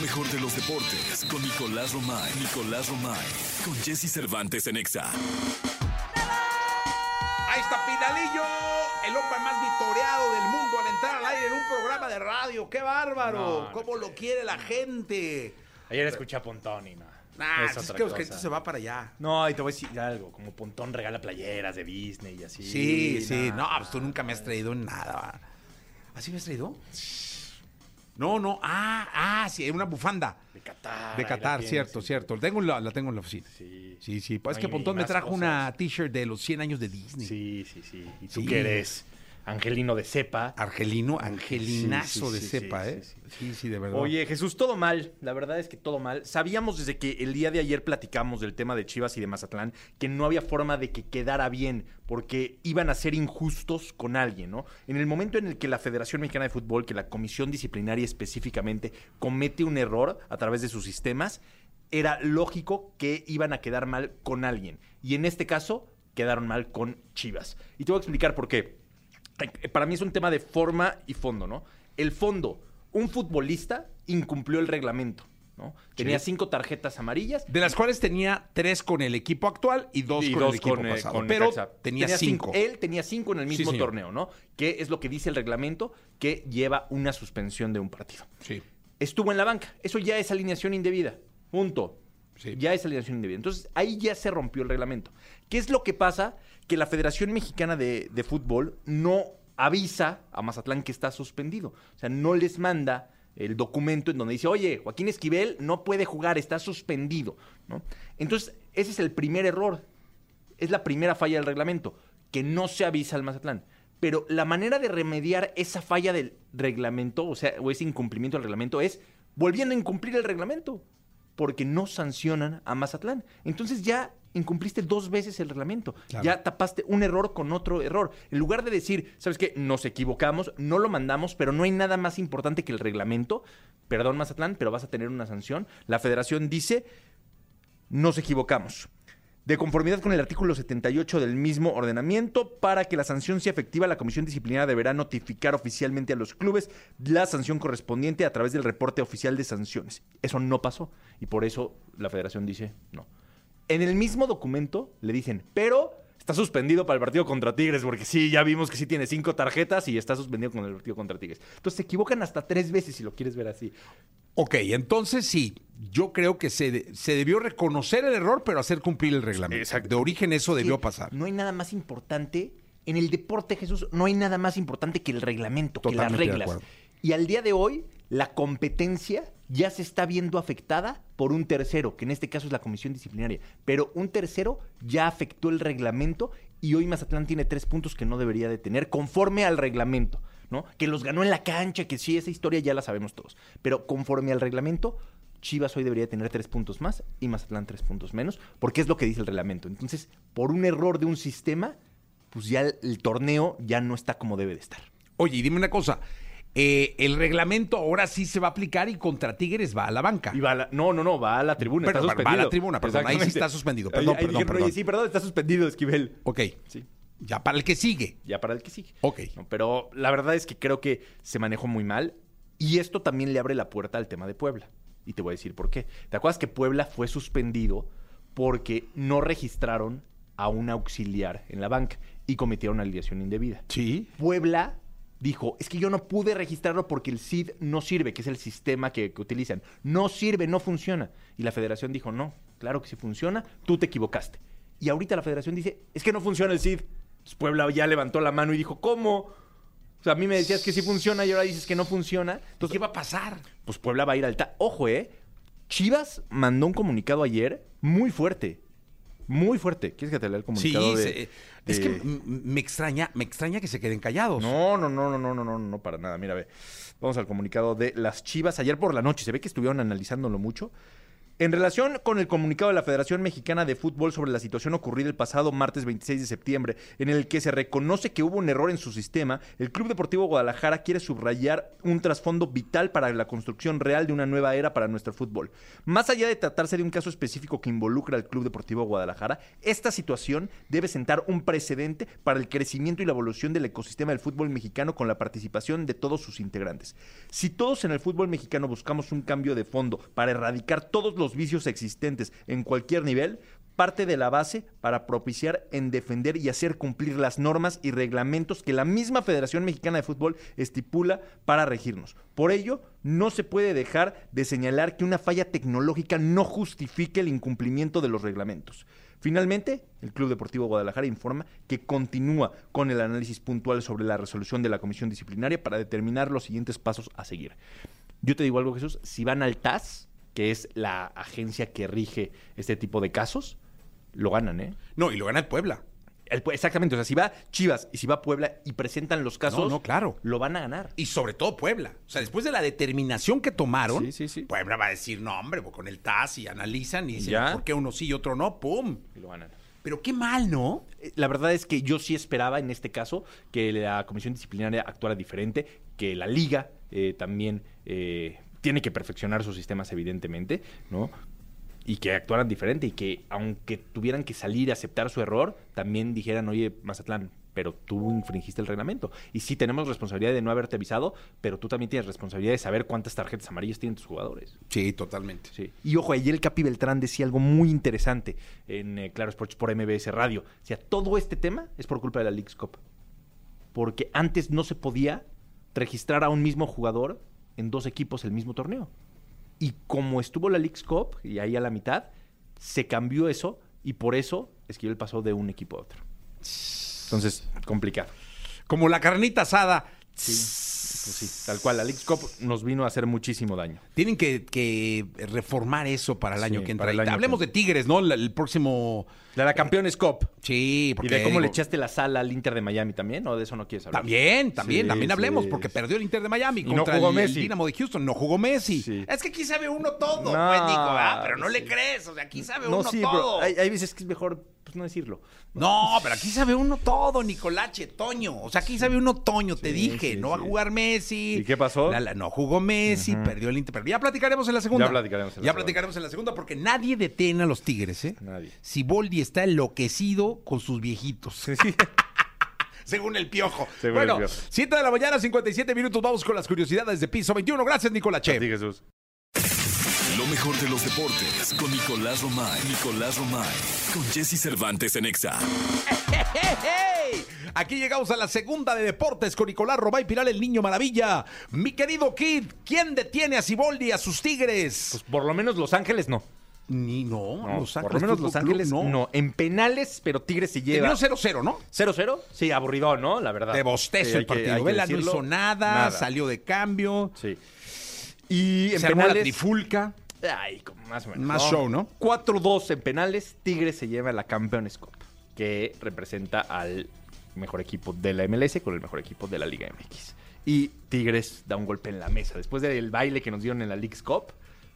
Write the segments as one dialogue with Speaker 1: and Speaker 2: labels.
Speaker 1: mejor de los deportes con Nicolás Romay. Nicolás Romay. Con Jesse Cervantes en Exa.
Speaker 2: Ahí está Pinalillo, el hombre más victoriado del mundo al entrar al aire en un programa de radio. ¡Qué bárbaro!
Speaker 3: No,
Speaker 2: ¿Cómo lo quiere la gente?
Speaker 3: Ayer escuché a Pontón y no.
Speaker 2: Nah,
Speaker 3: es
Speaker 2: es,
Speaker 3: otra
Speaker 2: que la
Speaker 3: cosa.
Speaker 2: gente se va para allá.
Speaker 3: No, y te voy a decir algo, como Pontón regala playeras de Disney y así.
Speaker 2: Sí, sí,
Speaker 3: nah.
Speaker 2: no, pues tú nunca me has traído en nada. ¿Así me has traído? No, no, ah, ah, sí, una bufanda.
Speaker 3: De Qatar. Ah, ahí
Speaker 2: De
Speaker 3: la
Speaker 2: Qatar,
Speaker 3: tienes.
Speaker 2: cierto, cierto. Tengo en la, la tengo en la oficina.
Speaker 3: Sí.
Speaker 2: Sí, sí. Pues
Speaker 3: No,
Speaker 2: es que
Speaker 3: y- y
Speaker 2: Pontón me
Speaker 3: más
Speaker 2: trajo una
Speaker 3: cosas.
Speaker 2: t-shirt de los 100 años de Disney.
Speaker 3: Sí, sí, sí. ¿Y tú
Speaker 2: Sí.
Speaker 3: que eres? Angelino de cepa.
Speaker 2: Argelino, angelinazo
Speaker 3: Sí, sí,
Speaker 2: de
Speaker 3: sí,
Speaker 2: cepa,
Speaker 3: sí,
Speaker 2: ¿eh? Sí
Speaker 3: sí,
Speaker 2: sí. de verdad.
Speaker 3: Oye, Jesús, todo mal. La verdad es que todo mal. Sabíamos desde que el día de ayer platicamos del tema de Chivas y de Mazatlán que no había forma de que quedara bien porque iban a ser injustos con alguien, ¿no? En el momento en el que la Federación Mexicana de Fútbol, que la Comisión Disciplinaria específicamente, comete un error a través de sus sistemas, era lógico que iban a quedar mal con alguien. Y en este caso, quedaron mal con Chivas. Y te voy a explicar por qué eh, para mí es un tema de forma y fondo, ¿no? El fondo, un futbolista incumplió el reglamento, ¿no? Tenía cinco tarjetas amarillas.
Speaker 2: De las cuales tenía tres con el equipo actual y dos
Speaker 3: y
Speaker 2: con
Speaker 3: dos
Speaker 2: el equipo
Speaker 3: con, eh,
Speaker 2: pasado.
Speaker 3: con
Speaker 2: pero
Speaker 3: Necaxa.
Speaker 2: tenía, cinco.
Speaker 3: Él tenía cinco en el
Speaker 2: Sí,
Speaker 3: mismo
Speaker 2: señor.
Speaker 3: torneo, ¿no? Que es lo que dice el reglamento que lleva una suspensión de un partido.
Speaker 2: Sí.
Speaker 3: Estuvo en la banca. Eso ya es alineación indebida. Punto.
Speaker 2: Sí.
Speaker 3: Ya es alineación indebida. Entonces, ahí ya se rompió el reglamento. ¿Qué es lo que pasa? Que la Federación Mexicana de, de Fútbol no avisa a Mazatlán que está suspendido. O sea, no les manda el documento en donde dice, oye, Joaquín Esquivel no puede jugar, está suspendido. ¿no? Entonces, ese es el primer error. Es la primera falla del reglamento, que no se avisa al Mazatlán. Pero la manera de remediar esa falla del reglamento, o sea, o ese incumplimiento del reglamento, es volviendo a incumplir el reglamento, porque no sancionan a Mazatlán. Entonces ya incumpliste dos veces el reglamento,
Speaker 2: Claro.
Speaker 3: ya tapaste un error con otro error. En lugar de decir, ¿sabes qué? Nos equivocamos, no lo mandamos, pero no hay nada más importante que el reglamento. Perdón, Mazatlán, pero vas a tener una sanción. La federación dice, nos equivocamos. De conformidad con el artículo 78 del mismo ordenamiento, para que la sanción sea efectiva, la Comisión Disciplinaria deberá notificar oficialmente a los clubes la sanción correspondiente a través del reporte oficial de sanciones. Eso no pasó y por eso la federación dice no. En el mismo documento le dicen, pero está suspendido para el partido contra Tigres, porque sí, ya vimos que sí tiene cinco tarjetas y está suspendido con el partido contra Tigres. Entonces se equivocan hasta tres veces si lo quieres ver así.
Speaker 2: Ok, entonces sí, yo creo que se, de- se debió reconocer el error, pero hacer cumplir el reglamento.
Speaker 3: Exacto.
Speaker 2: De origen eso
Speaker 3: que
Speaker 2: debió pasar.
Speaker 3: No hay nada más importante. En el deporte, Jesús, no hay nada más importante que el reglamento,
Speaker 2: Totalmente
Speaker 3: que
Speaker 2: de
Speaker 3: las reglas.
Speaker 2: acuerdo.
Speaker 3: Y al día de hoy, la competencia ya se está viendo afectada por un tercero, que en este caso es la comisión disciplinaria. Pero un tercero ya afectó el reglamento y hoy Mazatlán tiene tres puntos que no debería de tener conforme al reglamento, ¿no? Que los ganó en la cancha, que sí, esa historia ya la sabemos todos. Pero conforme al reglamento, Chivas hoy debería tener tres puntos más y Mazatlán tres puntos menos, porque es lo que dice el reglamento. Entonces, por un error de un sistema, pues ya el, el torneo ya no está como debe de estar.
Speaker 2: Oye, y dime una cosa. eh, el reglamento ahora sí se va a aplicar y contra Tigres va a la banca.
Speaker 3: Y va a la- no, no, no, va a la tribuna.
Speaker 2: Pero-
Speaker 3: está
Speaker 2: va a la
Speaker 3: suspendido.
Speaker 2: tribuna, perdón, ahí sí
Speaker 3: Exactamente.
Speaker 2: está suspendido, perdón, perdón,
Speaker 3: dijeron,
Speaker 2: perdón.
Speaker 3: "Oye, sí, perdón, está suspendido, Esquivel.
Speaker 2: Ok,
Speaker 3: Sí,
Speaker 2: ya para el que sigue.
Speaker 3: ya para el que sigue.
Speaker 2: Ok.
Speaker 3: No, pero la verdad es que creo que se manejó muy mal y esto también le abre la puerta al tema de Puebla. Y te voy a decir por qué. ¿Te acuerdas que Puebla fue suspendido porque no registraron a un auxiliar en la banca y cometieron alineación indebida?
Speaker 2: Sí.
Speaker 3: Puebla dijo, es que yo no pude registrarlo porque el CID no sirve, que es el sistema que, que utilizan. No sirve, no funciona. Y la federación dijo, no, claro que sí funciona, tú te equivocaste. Y ahorita la federación dice, es que no funciona el CID. Entonces, Pues Puebla ya levantó la mano y dijo, ¿cómo? O sea, a mí me decías que sí funciona y ahora dices que no funciona.
Speaker 2: Entonces, ¿qué
Speaker 3: Entonces,
Speaker 2: va a pasar?
Speaker 3: pues Puebla va a ir al ta- Ojo, ¿eh? Chivas mandó un comunicado ayer muy fuerte. Muy fuerte. ¿Quieres que te lea el
Speaker 2: Sí,
Speaker 3: comunicado? de-
Speaker 2: se- es
Speaker 3: de-
Speaker 2: que m- m- me extraña, me extraña que se queden callados.
Speaker 3: No, no, no, no, no, no, no, no, para nada. Mira, ve. Vamos al comunicado de las Chivas ayer por la noche. Se ve que estuvieron analizándolo mucho. En relación con el comunicado de la Federación Mexicana de Fútbol sobre la situación ocurrida el pasado martes 26 de septiembre, en el que se reconoce que hubo un error en su sistema, el Club Deportivo Guadalajara quiere subrayar un trasfondo vital para la construcción real de una nueva era para nuestro fútbol. Más allá de tratarse de un caso específico que involucra al Club Deportivo Guadalajara, esta situación debe sentar un precedente para el crecimiento y la evolución del ecosistema del fútbol mexicano con la participación de todos sus integrantes. Si todos en el fútbol mexicano buscamos un cambio de fondo para erradicar todos los vicios existentes en cualquier nivel, parte de la base para propiciar en defender y hacer cumplir las normas y reglamentos que la misma Federación Mexicana de Fútbol estipula para regirnos. Por ello, no se puede dejar de señalar que una falla tecnológica no justifique el incumplimiento de los reglamentos. Finalmente, el Club Deportivo Guadalajara informa que continúa con el análisis puntual sobre la resolución de la comisión disciplinaria para determinar los siguientes pasos a seguir. Yo te digo algo, Jesús, si van al TAS, que es la agencia que rige este tipo de casos, lo ganan, ¿eh?
Speaker 2: No, y lo gana el Puebla.
Speaker 3: El Pue- exactamente, o sea, si va Chivas y si va Puebla y presentan los casos,
Speaker 2: No, no, claro.
Speaker 3: lo van a ganar.
Speaker 2: Y sobre todo Puebla. O sea, después de la determinación que tomaron,
Speaker 3: Sí, sí, sí.
Speaker 2: Puebla va a decir, no, hombre, pues, con el TAS y analizan y dicen,
Speaker 3: Ya.
Speaker 2: ¿por qué uno sí y otro no? ¡Pum!
Speaker 3: Y lo ganan.
Speaker 2: Pero qué mal, ¿no?
Speaker 3: Eh, La verdad es que yo sí esperaba en este caso que la comisión disciplinaria actuara diferente, que la liga eh, también eh, tiene que perfeccionar sus sistemas, evidentemente, ¿no? Y que actuaran diferente y que aunque tuvieran que salir a aceptar su error, también dijeran, oye, Mazatlán, pero tú infringiste el reglamento. Y sí tenemos responsabilidad de no haberte avisado, pero tú también tienes responsabilidad de saber cuántas tarjetas amarillas tienen tus jugadores.
Speaker 2: Sí, totalmente.
Speaker 3: Sí. Y ojo, ayer el Capi Beltrán decía algo muy interesante en eh, Claro Sports por MBS Radio. O sea, todo este tema es por culpa de la Leagues Cup. Porque antes no se podía registrar a un mismo jugador en dos equipos el mismo torneo. Y como estuvo la Leagues Cup, y ahí a la mitad, se cambió eso y por eso Esquivel pasó de un equipo a otro. Entonces, complicado.
Speaker 2: Como la carnita asada.
Speaker 3: Sí, pues sí, tal cual. La Leagues Cup nos vino a hacer muchísimo daño.
Speaker 2: Tienen que, que reformar eso para el
Speaker 3: Sí,
Speaker 2: año que entra.
Speaker 3: para el año
Speaker 2: Hablemos
Speaker 3: que-
Speaker 2: de Tigres, ¿no? La- El, próximo.
Speaker 3: La, la Campeones Cup.
Speaker 2: Sí,
Speaker 3: ¿Y
Speaker 2: porque.
Speaker 3: de cómo le
Speaker 2: digo,
Speaker 3: echaste la sala al Inter de Miami también? ¿O de eso no quieres hablar?
Speaker 2: También, también,
Speaker 3: Sí,
Speaker 2: también
Speaker 3: sí,
Speaker 2: hablemos, porque
Speaker 3: sí.
Speaker 2: perdió el Inter de Miami
Speaker 3: Y no
Speaker 2: contra
Speaker 3: jugó
Speaker 2: el,
Speaker 3: Messi.
Speaker 2: el Dinamo de Houston. No jugó Messi.
Speaker 3: Sí.
Speaker 2: Es que aquí sabe uno todo,
Speaker 3: No,
Speaker 2: pues, Nico, ¿verdad? Pero no
Speaker 3: sí.
Speaker 2: le crees. O sea, aquí sabe
Speaker 3: No,
Speaker 2: uno
Speaker 3: sí,
Speaker 2: todo.
Speaker 3: pero hay, hay veces que es mejor pues, no decirlo.
Speaker 2: No, pero aquí sabe uno todo, Nicolache, Toño. O sea, aquí sabe uno Toño, te
Speaker 3: Sí,
Speaker 2: dije.
Speaker 3: sí,
Speaker 2: no va
Speaker 3: sí.
Speaker 2: a jugar Messi.
Speaker 3: ¿Y qué pasó?
Speaker 2: La- la- no jugó Messi, perdió el Inter. Pero ya platicaremos en la segunda.
Speaker 3: Ya platicaremos en la
Speaker 2: Ya
Speaker 3: segunda.
Speaker 2: platicaremos en la segunda porque nadie detiene a los Tigres, ¿eh?
Speaker 3: Nadie.
Speaker 2: Siboldi está enloquecido con sus viejitos. Según el piojo.
Speaker 3: Según
Speaker 2: bueno,
Speaker 3: el piojo.
Speaker 2: 7 de la mañana, 57 minutos. Vamos con las curiosidades de piso 21. Gracias, Nicolache.
Speaker 3: Jesús.
Speaker 1: Lo mejor de los deportes con Nicolás Romay. Nicolás Romay. Con Jesse Cervantes en Exa.
Speaker 2: ¡Hey! Aquí llegamos a la segunda de deportes con Nicolás Robay Pilar, el niño maravilla. Mi querido Kid, ¿quién detiene a Siboldi y a sus Tigres?
Speaker 3: Pues por lo menos Los Ángeles no.
Speaker 2: ni no,
Speaker 3: No, por lo menos Los Ángeles no. En penales, pero Tigres se lleva.
Speaker 2: Terminó 0-0, ¿no?
Speaker 3: 0-0? Sí, aburrido, ¿no? La verdad.
Speaker 2: De bostezo
Speaker 3: Sí, hay
Speaker 2: el
Speaker 3: que- hay
Speaker 2: partido.
Speaker 3: que
Speaker 2: Vela no
Speaker 3: decirlo.
Speaker 2: hizo nada, salió de cambio.
Speaker 3: Sí. Y en
Speaker 2: se armó la
Speaker 3: penales.
Speaker 2: trifulca.
Speaker 3: Ay, como más o menos.
Speaker 2: Más show, ¿no?
Speaker 3: 4-2 en penales, Tigres se lleva la Campeones Cup, que representa al mejor equipo de la MLS con el mejor equipo de la Liga MX. Y Tigres da un golpe en la mesa. Después del baile que nos dieron en la League's Cup,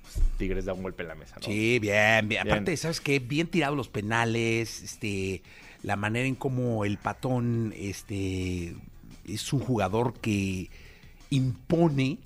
Speaker 3: pues, Tigres da un golpe en la mesa, ¿no?
Speaker 2: Sí, bien, bien.
Speaker 3: Bien.
Speaker 2: Aparte, ¿sabes qué? Bien tirados los penales, este, la manera en cómo el patón, este, es un jugador que impone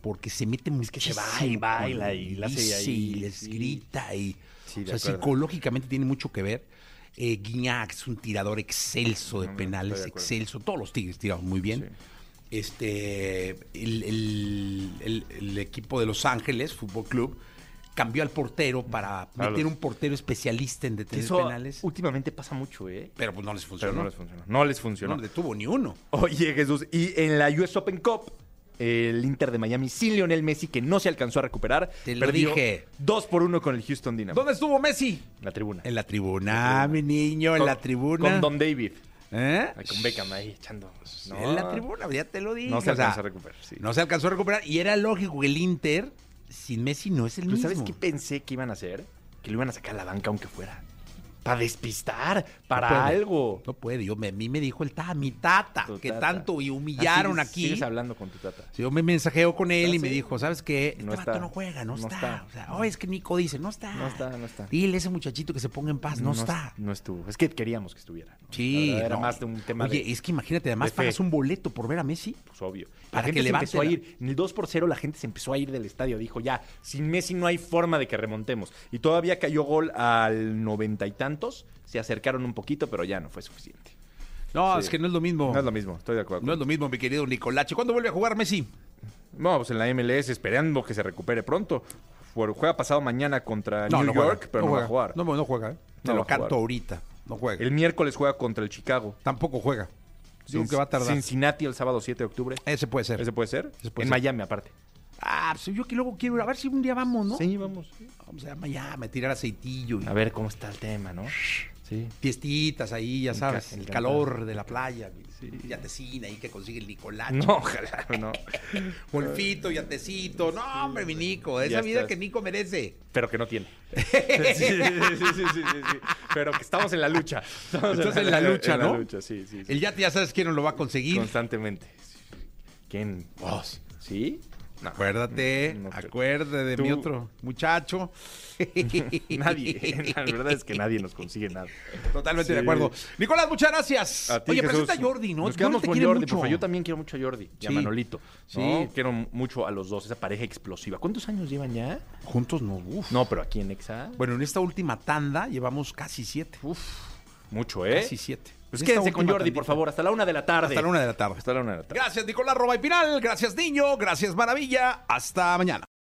Speaker 2: porque se mete muchísimo.
Speaker 3: va y baila
Speaker 2: con-
Speaker 3: y la hace
Speaker 2: dice
Speaker 3: ahí,
Speaker 2: y les
Speaker 3: sí.
Speaker 2: grita y,
Speaker 3: Sí,
Speaker 2: o
Speaker 3: de
Speaker 2: sea,
Speaker 3: acuerdo.
Speaker 2: psicológicamente tiene mucho que ver. Eh, Guiñac es un tirador excelso de
Speaker 3: No, no,
Speaker 2: penales,
Speaker 3: estoy de acuerdo.
Speaker 2: excelso. Todos los Tigres tiraron muy bien. Este, el, el- el- el equipo de Los Ángeles, Fútbol Club, cambió al portero para
Speaker 3: Claro.
Speaker 2: meter un portero especialista en
Speaker 3: Que
Speaker 2: detener
Speaker 3: eso
Speaker 2: penales.
Speaker 3: últimamente pasa mucho, ¿eh?
Speaker 2: pero pues no les funcionó.
Speaker 3: Pero no
Speaker 2: no,
Speaker 3: les funcionó. No les funcionó.
Speaker 2: no detuvo ni uno.
Speaker 3: Oye, Jesús, y en la US Open Cup, el Inter de Miami sin Lionel Messi, que no se alcanzó a recuperar,
Speaker 2: Te lo dije.
Speaker 3: 2 por 1 con el Houston Dynamo.
Speaker 2: ¿Dónde estuvo Messi?
Speaker 3: En la tribuna.
Speaker 2: En la tribuna, mi niño, en
Speaker 3: Con-
Speaker 2: la tribuna.
Speaker 3: Con Don David.
Speaker 2: ¿Eh?
Speaker 3: Ah, Con Beckham ahí echando. No.
Speaker 2: En la tribuna, ya te lo dije.
Speaker 3: No se
Speaker 2: o sea,
Speaker 3: alcanzó a recuperar. sí.
Speaker 2: No se alcanzó a recuperar. Y era lógico que el Inter, sin Messi, no es el
Speaker 3: ¿Tú
Speaker 2: mismo.
Speaker 3: sabes qué pensé que iban a hacer? Que lo iban a sacar a la banca aunque fuera. para despistar, para
Speaker 2: puede.
Speaker 3: algo.
Speaker 2: No puede, yo me- a mí me dijo el ta, mi tata,
Speaker 3: Tu
Speaker 2: que
Speaker 3: tata.
Speaker 2: tanto y humillaron
Speaker 3: Ah, sigues-
Speaker 2: aquí.
Speaker 3: Sigues hablando con tu tata.
Speaker 2: Sí, yo me mensajeo con él
Speaker 3: Ah,
Speaker 2: y me
Speaker 3: sí.
Speaker 2: dijo, ¿sabes qué? Este
Speaker 3: No
Speaker 2: vato
Speaker 3: está.
Speaker 2: no juega, no,
Speaker 3: No
Speaker 2: está.
Speaker 3: está.
Speaker 2: O sea, "Oh, es que Nico dice, no está.
Speaker 3: No está, no está.
Speaker 2: Dile a ese muchachito que se ponga en paz, no, está.
Speaker 3: No estuvo. Es que queríamos que estuviera. ¿no? La
Speaker 2: Sí.
Speaker 3: verdad, Era
Speaker 2: no.
Speaker 3: más de un tema
Speaker 2: Oye,
Speaker 3: de-
Speaker 2: es que imagínate, además
Speaker 3: fe.
Speaker 2: pagas un boleto por ver a Messi.
Speaker 3: pues obvio. La
Speaker 2: Para
Speaker 3: gente
Speaker 2: que
Speaker 3: se
Speaker 2: levante
Speaker 3: empezó a
Speaker 2: la-
Speaker 3: ir. En el 2 por 0 la gente se empezó a ir del estadio. Dijo, ya, sin Messi no hay forma de que remontemos. Y todavía cayó gol al noventa y tantos. Se acercaron un poquito, pero ya no fue suficiente.
Speaker 2: No,
Speaker 3: Sí.
Speaker 2: es que no es lo mismo.
Speaker 3: No es lo mismo, estoy de acuerdo.
Speaker 2: No es lo mismo, mi querido Nicolache. ¿Cuándo vuelve a jugar Messi?
Speaker 3: No, pues en la MLS esperando que se recupere pronto. Fue- Juega pasado mañana contra
Speaker 2: no,
Speaker 3: New
Speaker 2: no juega,
Speaker 3: York, pero no, va a
Speaker 2: juega.
Speaker 3: jugar.
Speaker 2: No, no juega. ¿eh? Te
Speaker 3: No va
Speaker 2: lo
Speaker 3: a jugar.
Speaker 2: canto ahorita. No juega.
Speaker 3: El miércoles juega contra el Chicago.
Speaker 2: Tampoco juega. Digo
Speaker 3: Cin-
Speaker 2: que va a tardar.
Speaker 3: Cincinnati el sábado 7 de octubre.
Speaker 2: Ese puede ser.
Speaker 3: ¿Ese puede ser?
Speaker 2: Ese puede
Speaker 3: en
Speaker 2: ser.
Speaker 3: Miami, aparte.
Speaker 2: Ah, pues yo que luego quiero ir a ver si un día vamos, ¿no?
Speaker 3: Sí, Ah, vamos.
Speaker 2: Vamos a Miami, a tirar aceitillo y
Speaker 3: A ver cómo está el tema, ¿no? Sí.
Speaker 2: fiestitas ahí, ya sabes,
Speaker 3: ca-
Speaker 2: el
Speaker 3: encantado.
Speaker 2: calor de la playa,
Speaker 3: Sí.
Speaker 2: sí. yatecina ahí que consigue el Nicolache,
Speaker 3: No, ojalá, no.
Speaker 2: golfito, yatecito, no hombre, mi Nico,
Speaker 3: Ya
Speaker 2: esa vida
Speaker 3: estás.
Speaker 2: que Nico merece.
Speaker 3: Pero que no tiene. Sí, sí, sí, sí, sí, sí, sí. Pero que estamos en la lucha. Estamos
Speaker 2: Estás en la lucha,
Speaker 3: en
Speaker 2: ¿no?
Speaker 3: la lucha, sí, sí. sí.
Speaker 2: El yate ya sabes quién nos lo va a conseguir.
Speaker 3: Constantemente. sí. ¿Quién?
Speaker 2: Vos.
Speaker 3: ¿Sí? No.
Speaker 2: Acuérdate,
Speaker 3: No creo.
Speaker 2: acuérdate de mi
Speaker 3: Tú-
Speaker 2: otro muchacho.
Speaker 3: Nadie. La verdad es que nadie nos consigue nada.
Speaker 2: Totalmente
Speaker 3: Sí.
Speaker 2: de acuerdo. Nicolás, muchas gracias.
Speaker 3: A ti,
Speaker 2: Oye,
Speaker 3: Jesús.
Speaker 2: presenta a Jordi, ¿no?
Speaker 3: Nos
Speaker 2: Jordi
Speaker 3: quedamos
Speaker 2: te
Speaker 3: con
Speaker 2: quiere
Speaker 3: Jordi,
Speaker 2: mucho.
Speaker 3: por favor. Yo también quiero mucho a Jordi y a
Speaker 2: Sí.
Speaker 3: Manolito.
Speaker 2: Sí.
Speaker 3: ¿no? Quiero mucho a los dos, esa pareja explosiva. ¿Cuántos años llevan ya?
Speaker 2: Juntos no, uf.
Speaker 3: No, pero aquí en Exa.
Speaker 2: Bueno, en esta última tanda llevamos casi siete.
Speaker 3: Mucho, ¿eh?
Speaker 2: Casi siete.
Speaker 3: Pues
Speaker 2: En esta
Speaker 3: quédense con
Speaker 2: última
Speaker 3: Jordi, por
Speaker 2: tandita.
Speaker 3: favor, hasta la una de la tarde.
Speaker 2: Hasta la una de la tarde.
Speaker 3: Hasta la una de la tarde.
Speaker 2: Gracias, Nicolás Roba y Pinal. Gracias, niño. Gracias, maravilla. Hasta mañana.